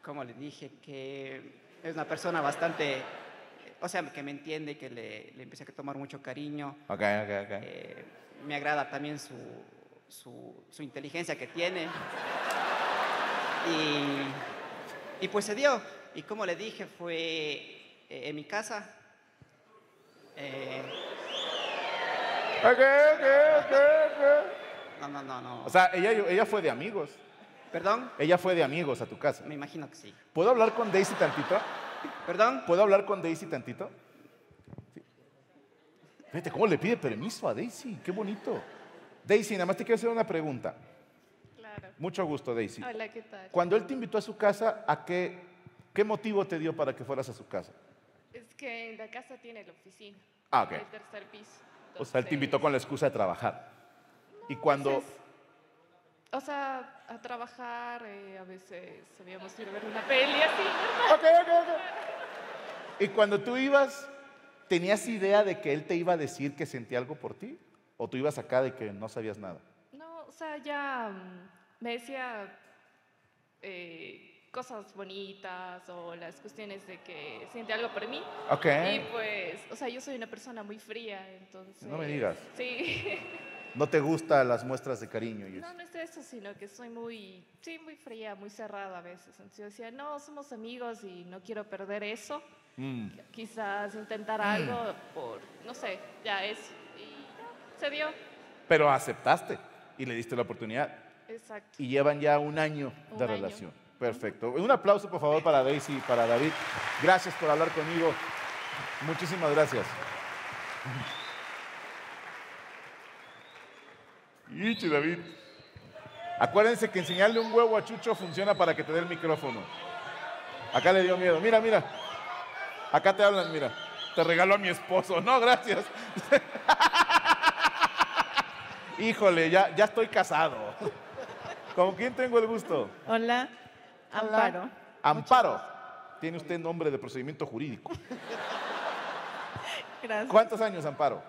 Speaker 8: como le dije, que es una persona bastante, o sea, que me entiende, que le, le empecé a tomar mucho cariño.
Speaker 1: Ok, ok, ok.
Speaker 8: Eh, me agrada también su, su, su inteligencia que tiene. Y, y pues se dio. Y como le dije, fue eh, en mi casa. Eh,
Speaker 1: Ok, ok, ok, ok.
Speaker 8: no, no, no, no.
Speaker 1: O sea, ella, ella fue de amigos.
Speaker 8: ¿Perdón?
Speaker 1: Ella fue de amigos a tu casa.
Speaker 8: Me imagino que sí.
Speaker 1: ¿Puedo hablar con Daisy tantito?
Speaker 8: ¿Perdón?
Speaker 1: ¿Puedo hablar con Daisy tantito? Sí. Fíjate cómo le pide permiso a Daisy. Qué bonito. Daisy, nada más te quiero hacer una pregunta.
Speaker 6: Claro.
Speaker 1: Mucho gusto, Daisy.
Speaker 6: Hola, ¿qué tal?
Speaker 1: Cuando él te invitó a su casa, ¿a qué, qué motivo te dio para que fueras a su casa?
Speaker 6: Es que en la casa tiene la oficina.
Speaker 1: Ah, ok.
Speaker 6: El tercer piso.
Speaker 1: O sea, él te
Speaker 6: Entonces,
Speaker 1: invitó con la excusa de trabajar. Y cuando...
Speaker 6: veces- O sea, a trabajar, eh, a veces sabíamos ir a ver una peli así, ¿verdad?
Speaker 1: Ok, ok, ok. Y cuando tú ibas, ¿tenías idea de que él te iba a decir que sentía algo por ti? ¿O tú ibas acá de que no sabías nada?
Speaker 6: No, o sea, ya mm, me decía eh, cosas bonitas o las cuestiones de que siente algo por mí.
Speaker 1: Ok.
Speaker 6: Y pues, o sea, yo soy una persona muy fría, entonces...
Speaker 1: No me digas.
Speaker 6: Sí. (laughs)
Speaker 1: No te gustan las muestras de cariño. y eso.
Speaker 6: No, no es eso, sino que soy muy, sí, muy fría, muy cerrada a veces. Entonces yo decía, no, somos amigos y no quiero perder eso.
Speaker 1: Mm.
Speaker 6: Quizás intentar algo por, no sé, ya eso. Y ya, se dio.
Speaker 1: Pero aceptaste y le diste la oportunidad.
Speaker 6: Exacto.
Speaker 1: Y llevan ya un año
Speaker 6: Un
Speaker 1: de
Speaker 6: año.
Speaker 1: relación. Perfecto. Un aplauso, por favor, para Daisy y para David. Gracias por hablar conmigo. Muchísimas gracias. Ichi, David. Acuérdense que enseñarle un huevo a Chucho funciona para que te dé el micrófono. Acá le dio miedo. Mira, mira. Acá te hablan, mira. Te regalo a mi esposo. No, gracias. (laughs) Híjole, ya, ya estoy casado. ¿Con quién tengo el gusto?
Speaker 9: Hola, Amparo.
Speaker 1: Amparo. Tiene usted nombre de procedimiento jurídico.
Speaker 9: Gracias.
Speaker 1: ¿Cuántos años, Amparo?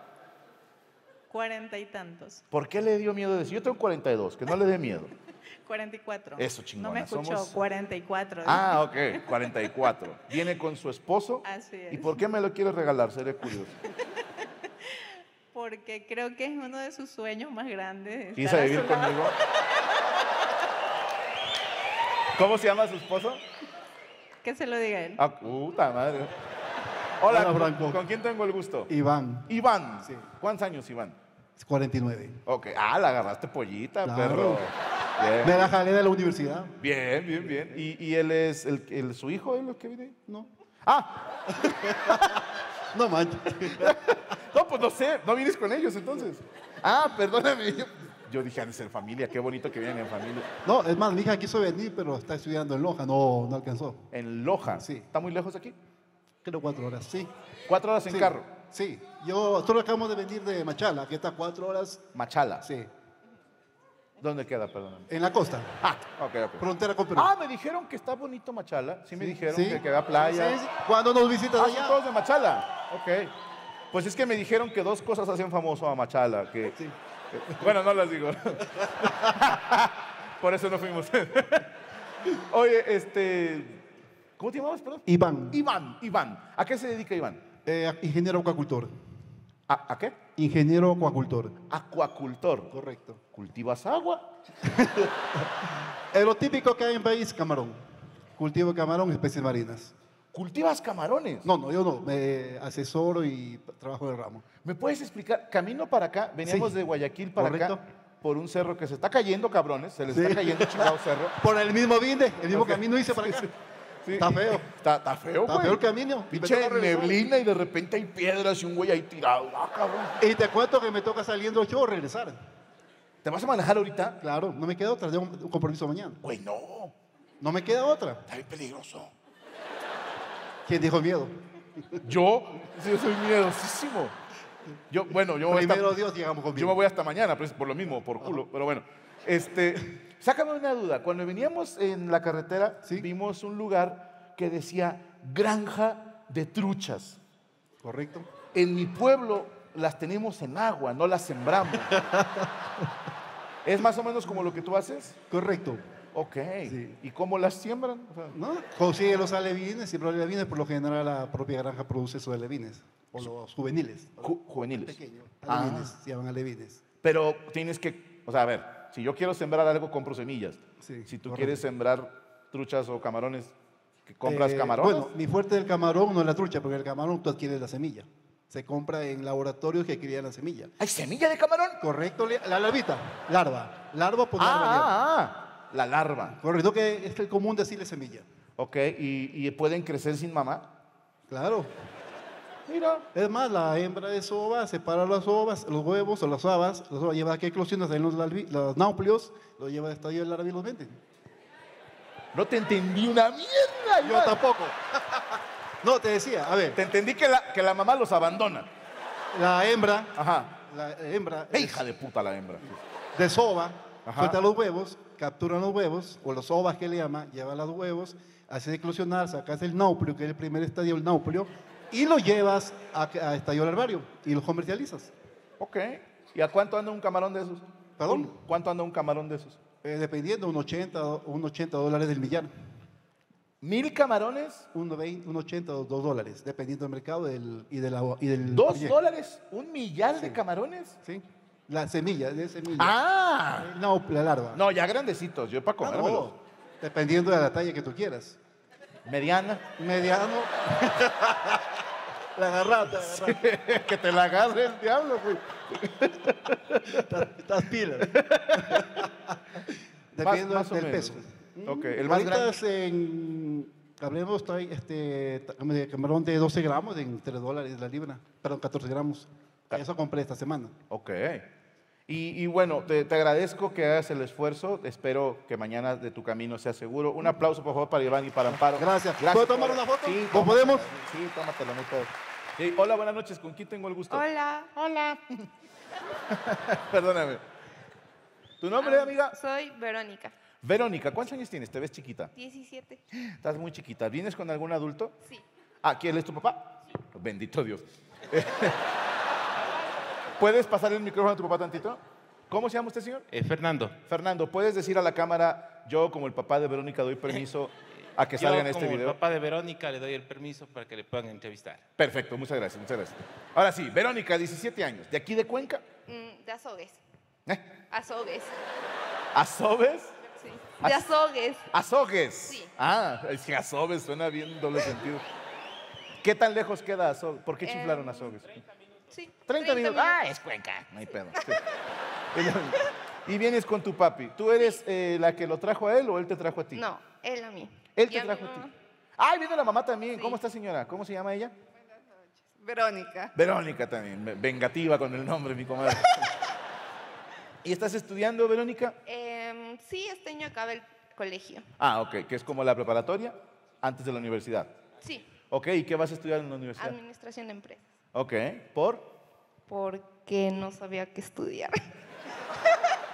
Speaker 9: Cuarenta y tantos.
Speaker 1: ¿Por qué le dio miedo decir? Yo tengo 42, que no le dé miedo.
Speaker 9: Cuarenta y cuatro.
Speaker 1: Eso,
Speaker 9: No
Speaker 1: chingona,
Speaker 9: me escuchó,
Speaker 1: somos-
Speaker 9: cuarenta y cuatro.
Speaker 1: Ah, ok, 44. Viene con su esposo.
Speaker 9: Así es.
Speaker 1: ¿Y por qué me lo quiere regalar? Seré curioso.
Speaker 9: Porque creo que es uno de sus sueños más grandes.
Speaker 1: ¿Quieres
Speaker 9: estar a
Speaker 1: vivir
Speaker 9: su lado.
Speaker 1: conmigo? ¿Cómo se llama su esposo?
Speaker 9: Que se lo diga él.
Speaker 1: Ah, puta madre. Hola,
Speaker 10: Hola,
Speaker 1: ¿con-
Speaker 10: Franco.
Speaker 1: ¿con quién tengo el gusto?
Speaker 10: Iván,
Speaker 1: Iván.
Speaker 10: Sí.
Speaker 1: ¿Cuántos años, Iván?
Speaker 10: 49.
Speaker 1: Ok. Ah, la agarraste pollita,
Speaker 10: Claro.
Speaker 1: perro.
Speaker 10: Me
Speaker 1: Bien,
Speaker 10: la jalé de la universidad.
Speaker 1: bien, bien. bien. ¿Y, y él es el, el- su hijo, él, el que viene?
Speaker 10: No,
Speaker 1: Ah,
Speaker 10: (laughs) no manches.
Speaker 1: no, pues no sé. ¿No vienes con ellos entonces? Ah, perdóname. Yo, yo dije, han de ser familia. Qué bonito que vienen en familia.
Speaker 10: No, es más, mi hija quiso venir, pero está estudiando en Loja. No, no alcanzó.
Speaker 1: En Loja.
Speaker 10: Sí.
Speaker 1: ¿Está muy lejos de aquí?
Speaker 10: Creo cuatro horas, sí.
Speaker 1: Cuatro horas en
Speaker 10: Sí.
Speaker 1: carro.
Speaker 10: Sí, yo, nosotros acabamos de venir de Machala, que está a cuatro horas
Speaker 1: Machala.
Speaker 10: Sí.
Speaker 1: ¿Dónde queda, perdón?
Speaker 10: en la costa.
Speaker 1: Ah, ok, ok.
Speaker 10: Frontera con Perú.
Speaker 1: Ah, me dijeron que está bonito Machala. Sí, me dijeron
Speaker 10: sí.
Speaker 1: que, que había playa.
Speaker 10: Sí, sí. ¿Cuándo nos visitas
Speaker 1: Ah, son
Speaker 10: allá?
Speaker 1: todos de Machala. Ok. Pues es que me dijeron que dos cosas hacen famoso a Machala. Que, que- (laughs) bueno, no las digo. Por eso no fuimos. (laughs) Oye, este. ¿Cómo te llamabas, perdón?
Speaker 10: Iván,
Speaker 1: Iván, Iván. ¿A qué se dedica Iván?
Speaker 10: eh, ingeniero acuacultor.
Speaker 1: ¿A, a qué?
Speaker 10: Ingeniero acuacultor.
Speaker 1: Acuacultor.
Speaker 10: Correcto.
Speaker 1: ¿Cultivas agua?
Speaker 10: Es lo típico que hay en país, camarón. Cultivo de camarón, especies marinas.
Speaker 1: ¿Cultivas camarones?
Speaker 10: No, no, yo no. Me asesoro y trabajo en el ramo.
Speaker 1: ¿Me puedes explicar? Camino para acá, veníamos
Speaker 10: Sí.
Speaker 1: de Guayaquil para acá,
Speaker 10: Correcto.
Speaker 1: por un cerro que se está cayendo, cabrones, se les
Speaker 10: Sí.
Speaker 1: está cayendo chingado cerro.
Speaker 10: (laughs) Por el mismo vine, el mismo
Speaker 1: Ok.
Speaker 10: camino hice para acá.
Speaker 1: Sí.
Speaker 10: Está feo.
Speaker 1: Está, está feo,
Speaker 10: Está
Speaker 1: güey.
Speaker 10: feo el camino. Y me
Speaker 1: Pinche
Speaker 10: toca regresar.
Speaker 1: neblina y de repente hay piedras y un güey ahí tirado. Ah, cabrón.
Speaker 10: Y te cuento que me toca saliendo yo regresar.
Speaker 1: ¿Te vas a manejar ahorita?
Speaker 10: Claro, no me queda otra. Tengo un un compromiso mañana.
Speaker 1: Güey, no.
Speaker 10: No me queda otra.
Speaker 1: Está bien peligroso.
Speaker 10: ¿Quién dijo miedo?
Speaker 1: Yo, sí, yo soy miedosísimo. Yo, bueno, yo, voy hasta-
Speaker 10: Primero Dios llegamos con
Speaker 1: yo me voy hasta mañana, pues, por lo mismo, por culo, pero bueno. Este, sácame una duda. Cuando veníamos en la carretera, vimos un lugar que decía granja de truchas.
Speaker 10: Correcto.
Speaker 1: En mi pueblo las tenemos en agua, no
Speaker 10: (laughs)
Speaker 1: las sembramos. ¿Es más o menos como lo que tú haces?
Speaker 10: Correcto.
Speaker 1: Ok. ¿Y cómo las siembran? O sea,
Speaker 10: ¿No? Consigue Pues los alevines, siempre los alevines, por lo general la propia granja produce esos alevines, o los juveniles.
Speaker 1: ju- juveniles.
Speaker 10: Pequeños,
Speaker 1: Ah.
Speaker 10: alevines, se llaman alevines.
Speaker 1: Pero tienes que, o sea, a ver, si yo quiero sembrar algo, compro semillas.
Speaker 10: Sí,
Speaker 1: si tú
Speaker 10: correcto.
Speaker 1: quieres sembrar truchas o camarones, ¿que ¿compras
Speaker 10: Eh,
Speaker 1: camarones?
Speaker 10: Bueno, mi fuerte del camarón no es la trucha, porque el camarón tú adquieres la semilla. Se compra en laboratorios que crían la semilla.
Speaker 1: ¿Hay semilla de camarón?
Speaker 10: Correcto, le- la larvita, larva. Larva por
Speaker 1: Ah,
Speaker 10: larva. hierba.
Speaker 1: ah, ah, la larva.
Speaker 10: Correcto, que es el común decirle semilla.
Speaker 1: Ok, y, y pueden crecer sin mamá.
Speaker 10: Claro.
Speaker 1: Mira.
Speaker 10: Es más, la hembra es ova, separa las ovas, los huevos o las habas, las ovas lleva a que eclosionas en los, larvi- los náuplios, los lleva a estadio del larva y los venden.
Speaker 1: No te entendí una mierda.
Speaker 10: Yo
Speaker 1: Iván.
Speaker 10: tampoco. No, te decía, a ver,
Speaker 1: Te entendí que la, que la mamá los abandona.
Speaker 10: la hembra,
Speaker 1: Ajá.
Speaker 10: la hembra
Speaker 1: Ve, hija de puta la hembra.
Speaker 10: desova,
Speaker 1: Ajá.
Speaker 10: suelta los huevos, capturan los huevos, o los ovas que le llama, lleva los huevos, hace eclosionar, sacas el náuplio, que es el primer estadio del náuplio, y lo llevas a, a estadio larvario y los comercializas.
Speaker 1: Ok. ¿Y a cuánto anda un camarón de esos?
Speaker 10: ¿Perdón?
Speaker 1: ¿Cuánto anda un camarón de esos?
Speaker 10: Eh, dependiendo, un 80, o un 80 dólares del millar.
Speaker 1: ¿Mil camarones?
Speaker 10: Un, 20, un 80 o 2 dólares, dependiendo del mercado del- y, de la, y del...
Speaker 1: ¿Dos
Speaker 10: proyecto.
Speaker 1: dólares? ¿Un millar de camarones?
Speaker 10: Sí. La semilla, de semilla.
Speaker 1: ¡Ah!
Speaker 10: No, la larva.
Speaker 1: No, ya grandecitos, yo para
Speaker 10: Ah, no,
Speaker 1: comérmelos.
Speaker 10: Dependiendo de la talla que tú quieras.
Speaker 1: Mediana.
Speaker 10: Mediano. la garrata, la garrata.
Speaker 1: que te la agarre el diablo, güey.
Speaker 10: Estás pila.
Speaker 1: (laughs)
Speaker 10: Dependiendo
Speaker 1: más o
Speaker 10: del
Speaker 1: menos.
Speaker 10: peso.
Speaker 11: Mm,
Speaker 10: Mm,
Speaker 1: Ok, el más
Speaker 10: Ahorita
Speaker 1: grande.
Speaker 10: es en- Hablemos, trae este ta- de camarón de 12 gramos en 3 dólares la libra. Perdón, 14 gramos.
Speaker 1: Ah.
Speaker 10: Eso compré esta semana.
Speaker 1: Ok. Y, y bueno, te, te agradezco que hagas el esfuerzo. Espero que mañana de tu camino sea seguro. Un aplauso, por favor, para Iván y para Amparo.
Speaker 10: Gracias. ¿Puedo tomar una foto?
Speaker 1: Sí,
Speaker 10: ¿No
Speaker 1: tómatela,
Speaker 10: podemos?
Speaker 1: Sí, tómatela, no hay pedo. Sí, hola, buenas noches. ¿Con quién tengo el gusto?
Speaker 9: Hola, hola.
Speaker 1: (laughs) Perdóname. ¿Tu nombre,
Speaker 9: Ah.
Speaker 1: amiga?
Speaker 9: Soy Verónica,
Speaker 1: Verónica, ¿cuántos años tienes? Te ves chiquita.
Speaker 9: 17.
Speaker 1: Estás muy chiquita. ¿Vienes con algún adulto?
Speaker 9: Sí.
Speaker 1: Ah, ¿quién es tu papá? Bendito Dios. (laughs) ¿Puedes pasar el micrófono a tu papá tantito? ¿Cómo se llama usted, señor?
Speaker 11: Eh, Fernando,
Speaker 1: Fernando, ¿puedes decir a la cámara, yo como el papá de Verónica doy permiso a que salga
Speaker 11: (laughs)
Speaker 1: en
Speaker 11: yo
Speaker 1: este
Speaker 11: como el
Speaker 1: video?
Speaker 11: papá de Verónica le doy el permiso para que le puedan entrevistar.
Speaker 1: Perfecto, muchas gracias, muchas gracias. Ahora sí, Verónica, 17 años, de aquí de Cuenca,
Speaker 9: Mm, de Azogues.
Speaker 1: ¿Eh?
Speaker 9: Azogues.
Speaker 1: Asobes,
Speaker 9: Sí.
Speaker 1: Az-
Speaker 9: De Azogues.
Speaker 1: Azogues.
Speaker 9: Sí.
Speaker 1: Ah, es que Azogues suena bien doble sentido. ¿Qué tan lejos queda Azogues? ¿Por qué
Speaker 9: Eh,
Speaker 1: chiflaron Azogues?
Speaker 9: Sí.
Speaker 1: 30 minutos. Ah, es Cuenca. No hay pedo. (laughs) sí. y vienes con tu papi. ¿Tú eres eh, la que lo trajo a él o él te trajo a ti?
Speaker 9: No, él a mí.
Speaker 1: Él
Speaker 9: Y
Speaker 1: te
Speaker 9: mi
Speaker 1: trajo a ti.
Speaker 9: mamá.
Speaker 1: Ay, viene la mamá también. ¿Cómo está, señora? ¿Cómo se llama ella?
Speaker 9: Verónica.
Speaker 1: Verónica también. ve- Vengativa con el nombre, mi comadre. (laughs) ¿Y estás estudiando, Verónica?
Speaker 9: Em, sí, este año acaba el colegio.
Speaker 1: Ah, ok. Que es como la preparatoria antes de la universidad.
Speaker 9: Sí,
Speaker 1: Ok, ¿y qué vas a estudiar en la universidad?
Speaker 9: administración de empresas.
Speaker 1: Ok, ¿por?
Speaker 9: Porque no sabía qué estudiar.
Speaker 1: (laughs)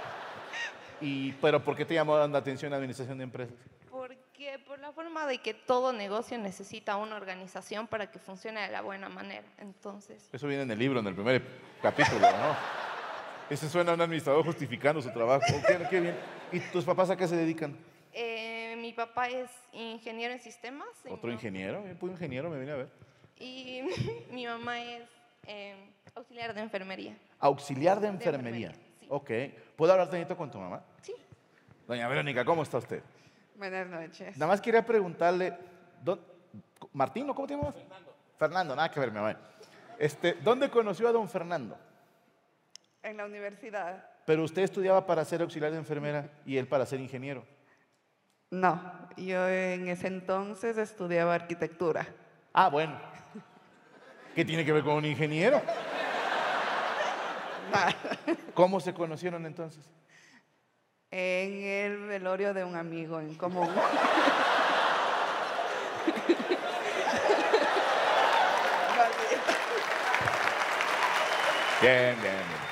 Speaker 1: Y, ¿Pero por qué te llamó la atención la administración de empresas?
Speaker 9: Porque por la forma de que todo negocio necesita una organización para que funcione de la buena manera. Entonces,
Speaker 1: Eso viene en el libro, en el primer capítulo, ¿no? Ese suena a un administrador justificando su trabajo. Qué, qué bien. ¿Y tus papás a qué se dedican?
Speaker 9: eh, mi papá es ingeniero en sistemas y
Speaker 1: ¿Otro ingeniero? Eh, Pues ingeniero me viene a ver.
Speaker 9: Y (laughs) mi mamá es eh, auxiliar de enfermería.
Speaker 1: Auxiliar de
Speaker 9: De enfermería,
Speaker 1: enfermería. Ok. ¿Puedo hablar tantito con tu mamá?
Speaker 9: Sí.
Speaker 1: Doña Verónica, ¿cómo está usted?
Speaker 12: Buenas noches.
Speaker 1: Nada más quería preguntarle, ¿dó- ¿Martín o cómo te llamas? Fernando. Fernando, nada que ver, mi mamá. Este, ¿Dónde conoció a don Fernando?
Speaker 12: En la universidad.
Speaker 1: Pero usted estudiaba para ser auxiliar de enfermera y él para ser ingeniero.
Speaker 12: No, yo en ese entonces estudiaba arquitectura.
Speaker 1: Ah, bueno. ¿Qué tiene que ver con un ingeniero? ¿Cómo se conocieron entonces?
Speaker 12: En el velorio de un amigo en común.
Speaker 1: Bien, bien, bien.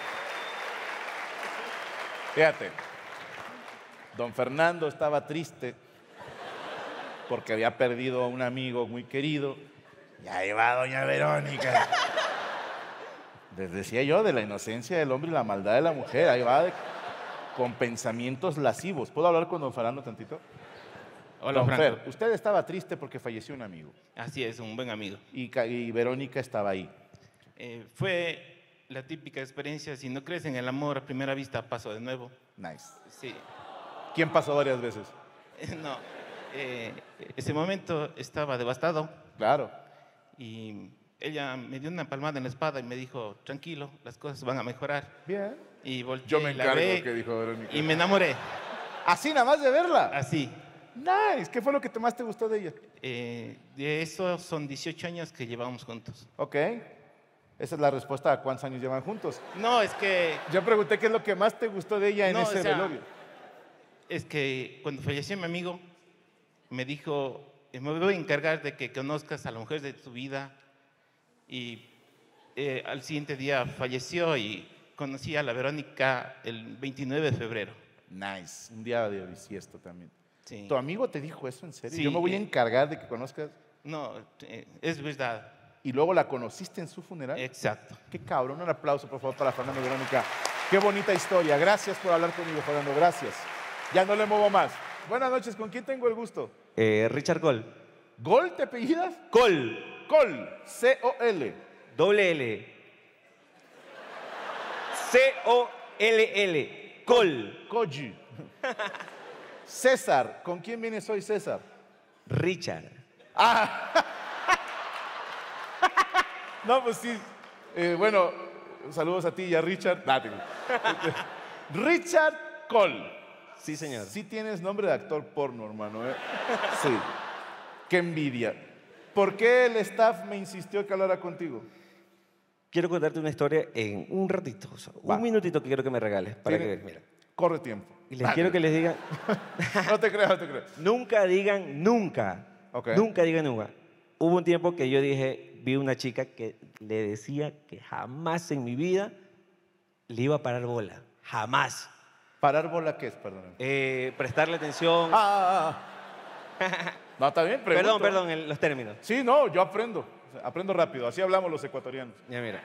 Speaker 1: Fíjate, don Fernando estaba triste porque había perdido a un amigo muy querido. Y ahí va doña Verónica. Les decía yo de la inocencia del hombre y la maldad de la mujer. Ahí va de- con pensamientos lascivos. ¿Puedo hablar con don Fernando tantito?
Speaker 11: Hola,
Speaker 1: don
Speaker 11: Franco.
Speaker 1: Fer, usted estaba triste porque falleció un amigo
Speaker 11: Así es, un buen amigo.
Speaker 1: y, ca- y Verónica estaba ahí.
Speaker 11: Eh, fue la típica experiencia, si no crees en el amor a primera vista, paso de nuevo.
Speaker 1: Nice.
Speaker 11: Sí.
Speaker 1: ¿Quién pasó varias veces?
Speaker 11: No. eh, ese momento estaba devastado.
Speaker 1: Claro.
Speaker 11: Y ella me dio una palmada en la espalda y me dijo, tranquilo, las cosas van a mejorar.
Speaker 1: Bien.
Speaker 11: Y volteé
Speaker 1: Yo me
Speaker 11: y la
Speaker 1: encargo,
Speaker 11: ve,
Speaker 1: que dijo Verónica.
Speaker 11: Y me enamoré.
Speaker 1: ¿Así nada más de verla?
Speaker 11: Así.
Speaker 1: Nice. ¿Qué fue lo que te- más te gustó de ella?
Speaker 11: Eh, de esos son 18 años que llevamos juntos.
Speaker 1: Ok. Esa es la respuesta a cuántos años llevan juntos.
Speaker 11: No, es que...
Speaker 1: Yo pregunté qué es lo que más te gustó de ella en
Speaker 11: No, o
Speaker 1: ese
Speaker 11: sea,
Speaker 1: velorio.
Speaker 11: Es que cuando falleció mi amigo, me dijo, "Eh, me voy a encargar de que conozcas a la mujer de tu vida. Y eh, al siguiente día falleció y conocí a la Verónica el 29 de febrero.
Speaker 1: Nice. Un día de bisiesto también.
Speaker 11: Sí.
Speaker 1: ¿Tu amigo te dijo eso en serio?
Speaker 11: Sí,
Speaker 1: Yo me voy a
Speaker 11: eh.
Speaker 1: encargar de que conozcas.
Speaker 11: No, eh, es verdad.
Speaker 1: Y luego la conociste en su funeral.
Speaker 11: Exacto.
Speaker 1: Qué cabrón. Un aplauso, por favor, para Fernando y Verónica. Qué bonita historia. Gracias por hablar conmigo, Fernando. Gracias. Ya no le muevo más. Buenas noches. ¿Con quién tengo el gusto?
Speaker 13: eh, Richard Gol.
Speaker 1: ¿Gol te apellidas?
Speaker 13: Col.
Speaker 1: Col. C-O-L.
Speaker 13: Doble L. C-O-L-L. Col.
Speaker 1: Koji. César. ¿Con quién vienes hoy, César?
Speaker 13: Richard.
Speaker 1: Ah. (laughs) no, pues sí. Eh, bueno, saludos a ti y a Richard. Nah, te- Richard Cole.
Speaker 13: Sí, señor.
Speaker 1: Sí tienes nombre de actor porno, hermano. ¿eh? Sí. Qué envidia. ¿Por qué el staff me insistió que hablara contigo?
Speaker 13: Quiero contarte una historia en un ratito. o sea, un minutito que quiero que me regales. Para
Speaker 1: Tiene-
Speaker 13: que, mira.
Speaker 1: Corre tiempo.
Speaker 13: Y les quiero que les digan.
Speaker 1: (laughs) no te creas, no te creas.
Speaker 13: Nunca digan nunca. Nunca digan nunca. Hubo un tiempo que yo dije, vi una chica que le decía que jamás en mi vida le iba a parar bola. Jamás. Eh,
Speaker 1: ¿Parar bola qué es, Ah, perdón?
Speaker 13: prestarle atención. (laughs)
Speaker 1: No, está bien,
Speaker 13: Perdón,
Speaker 1: pregunto.
Speaker 13: perdón, el- los términos.
Speaker 1: Sí, no, yo aprendo. O sea, Aprendo rápido. Así hablamos los ecuatorianos.
Speaker 13: Ya, mira.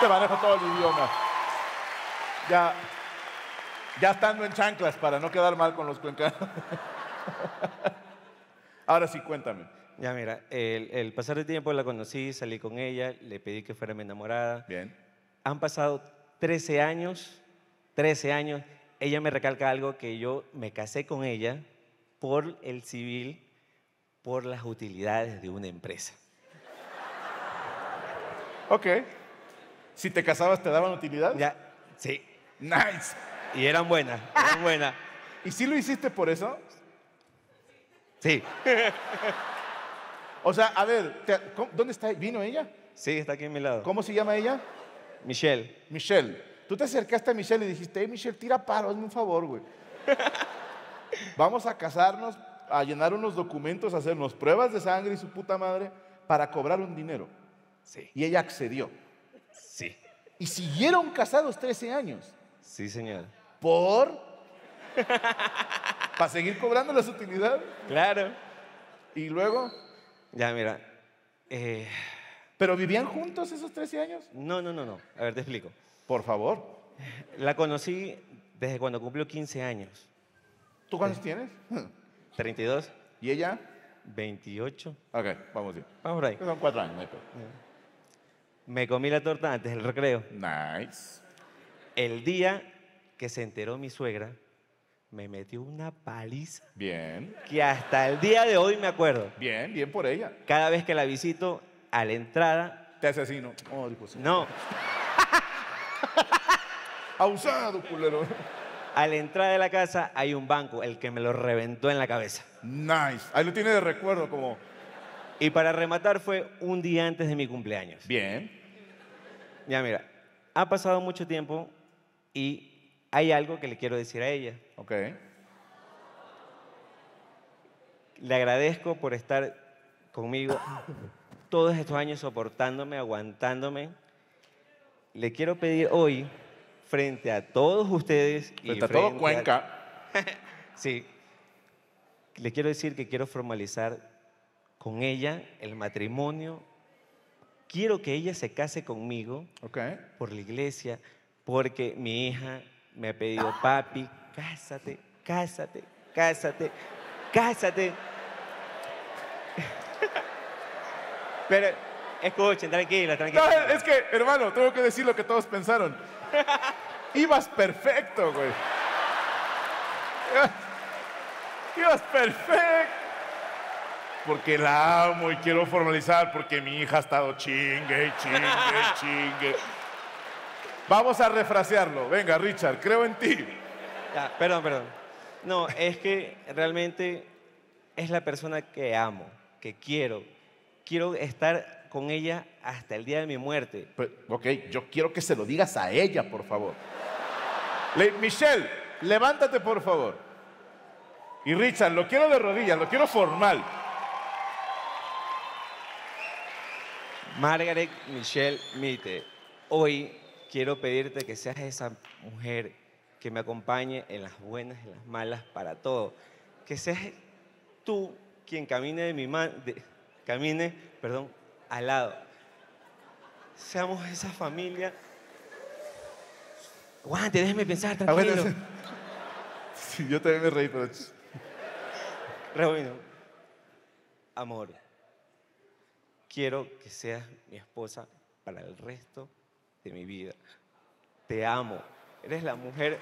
Speaker 1: Te manejo Este todo el idioma. Ya, ya estando en chanclas para no quedar mal con los cuencanos. Ahora sí, cuéntame.
Speaker 13: Ya, mira, el, el pasar del tiempo la conocí, salí con ella, le pedí que fuera mi enamorada.
Speaker 1: Bien.
Speaker 13: Han pasado 13 años, 13 años. Ella me recalca algo que yo me casé con ella por el civil, por las utilidades de una empresa.
Speaker 1: Ok. (laughs) Si te casabas, ¿te daban utilidad?
Speaker 13: Ya, sí.
Speaker 1: Nice.
Speaker 13: Y eran buenas, (laughs) eran buenas.
Speaker 1: ¿Y sí lo hiciste por eso?
Speaker 13: Sí.
Speaker 1: (laughs) o sea, a ver, te- ¿cómo- ¿dónde está? ¿Vino ella?
Speaker 13: Sí, está aquí a mi lado.
Speaker 1: ¿Cómo se llama ella?
Speaker 13: Michelle.
Speaker 1: Michelle. Tú te acercaste a Michelle y dijiste, hey, Michelle, tira paro, hazme un favor,
Speaker 13: (laughs)
Speaker 1: güey. Vamos a casarnos, a llenar unos documentos, a hacernos pruebas de sangre y su puta madre, para cobrar un dinero.
Speaker 13: Sí.
Speaker 1: Y ella accedió.
Speaker 13: Sí.
Speaker 1: Y siguieron casados 13 años.
Speaker 13: Sí, señor.
Speaker 1: ¿Por? ¿Para seguir cobrando las utilidades?
Speaker 13: Claro.
Speaker 1: ¿Y luego?
Speaker 13: Ya, mira. eh,
Speaker 1: ¿Pero vivían juntos esos 13 años?
Speaker 13: No, no, no, no. A ver, te explico.
Speaker 1: Por favor.
Speaker 13: La conocí desde cuando cumplió 15 años.
Speaker 1: ¿Tú cuántos tienes?
Speaker 13: 32.
Speaker 1: ¿Y ella?
Speaker 13: 28.
Speaker 1: Ok, vamos bien.
Speaker 13: Vamos por ahí.
Speaker 1: Son cuatro años, no hay pedo.
Speaker 13: Me comí la torta antes del recreo.
Speaker 1: Nice.
Speaker 13: El día que se enteró mi suegra, me metió una paliza
Speaker 1: Bien.
Speaker 13: que hasta el día de hoy me acuerdo.
Speaker 1: Bien, bien por ella.
Speaker 13: Cada vez que la visito, a la entrada...
Speaker 1: Te asesino. Oh,
Speaker 13: No,
Speaker 1: Abusado, culero.
Speaker 13: a la entrada de la casa hay un banco, el que me lo reventó en la cabeza.
Speaker 1: Nice. Ahí lo tiene de recuerdo como...
Speaker 13: Y para rematar fue un día antes de mi cumpleaños.
Speaker 1: Bien.
Speaker 13: Ya mira, ha pasado mucho tiempo y hay algo que le quiero decir a ella.
Speaker 1: Ok.
Speaker 13: Le agradezco por estar conmigo (coughs) todos estos años soportándome, aguantándome. Le quiero pedir hoy, frente a todos ustedes y
Speaker 1: Frente a todo
Speaker 13: Cuenca, sí, le quiero decir que quiero formalizar con ella el matrimonio. Quiero que ella se case conmigo por la iglesia, porque mi hija me ha pedido, papi, cásate, cásate, cásate, cásate. Pero escuchen, tranquila,
Speaker 1: No,
Speaker 13: tranquila.
Speaker 1: es que, hermano, tengo que decir lo que todos pensaron. Ibas perfecto, güey. Ibas- Ibas perfecto. Porque la amo y quiero formalizar porque mi hija ha estado chingue, chingue, chingue. Vamos a refrasearlo. Venga, Richard, creo en ti.
Speaker 13: Ya, perdón, perdón. No, es que realmente es la persona que amo, que quiero. Quiero estar con ella hasta el día de mi muerte.
Speaker 1: Pues, ok, yo quiero que se lo digas a ella, por favor. Le- Michelle, levántate, por favor. Y Richard, lo quiero de rodillas, lo quiero formal.
Speaker 13: Margaret Michelle Mite, hoy quiero pedirte que seas esa mujer que me acompañe en las buenas, en las malas, para todo. Que seas tú quien camine de mi ma- de- camine, perdón, al lado. Seamos esa familia. Aguante, déjeme pensar,
Speaker 1: Ah, bueno,
Speaker 13: tranquilo.
Speaker 1: (laughs) sí, yo también me reí, pero... ch-
Speaker 13: Rebobino. Amor, quiero que seas mi esposa para el resto de mi vida. Te amo. Eres la mujer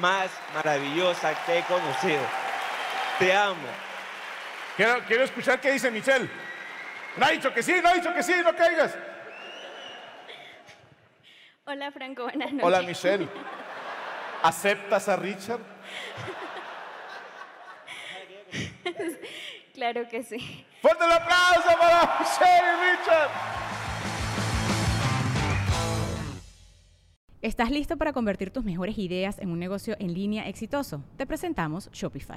Speaker 13: más maravillosa que he conocido. Te amo.
Speaker 1: Quiero, quiero escuchar qué dice Michelle. No ha dicho que sí, no ha dicho que sí, no caigas.
Speaker 14: Hola Franco, buenas noches.
Speaker 1: Hola,
Speaker 6: (laughs)
Speaker 1: Michelle. ¿Aceptas a Richard?
Speaker 14: (laughs) claro que sí.
Speaker 1: ¡Fuerte el aplauso para Michelle y Richard!
Speaker 15: ¿Estás listo para convertir tus mejores ideas en un negocio en línea exitoso? Te presentamos Shopify.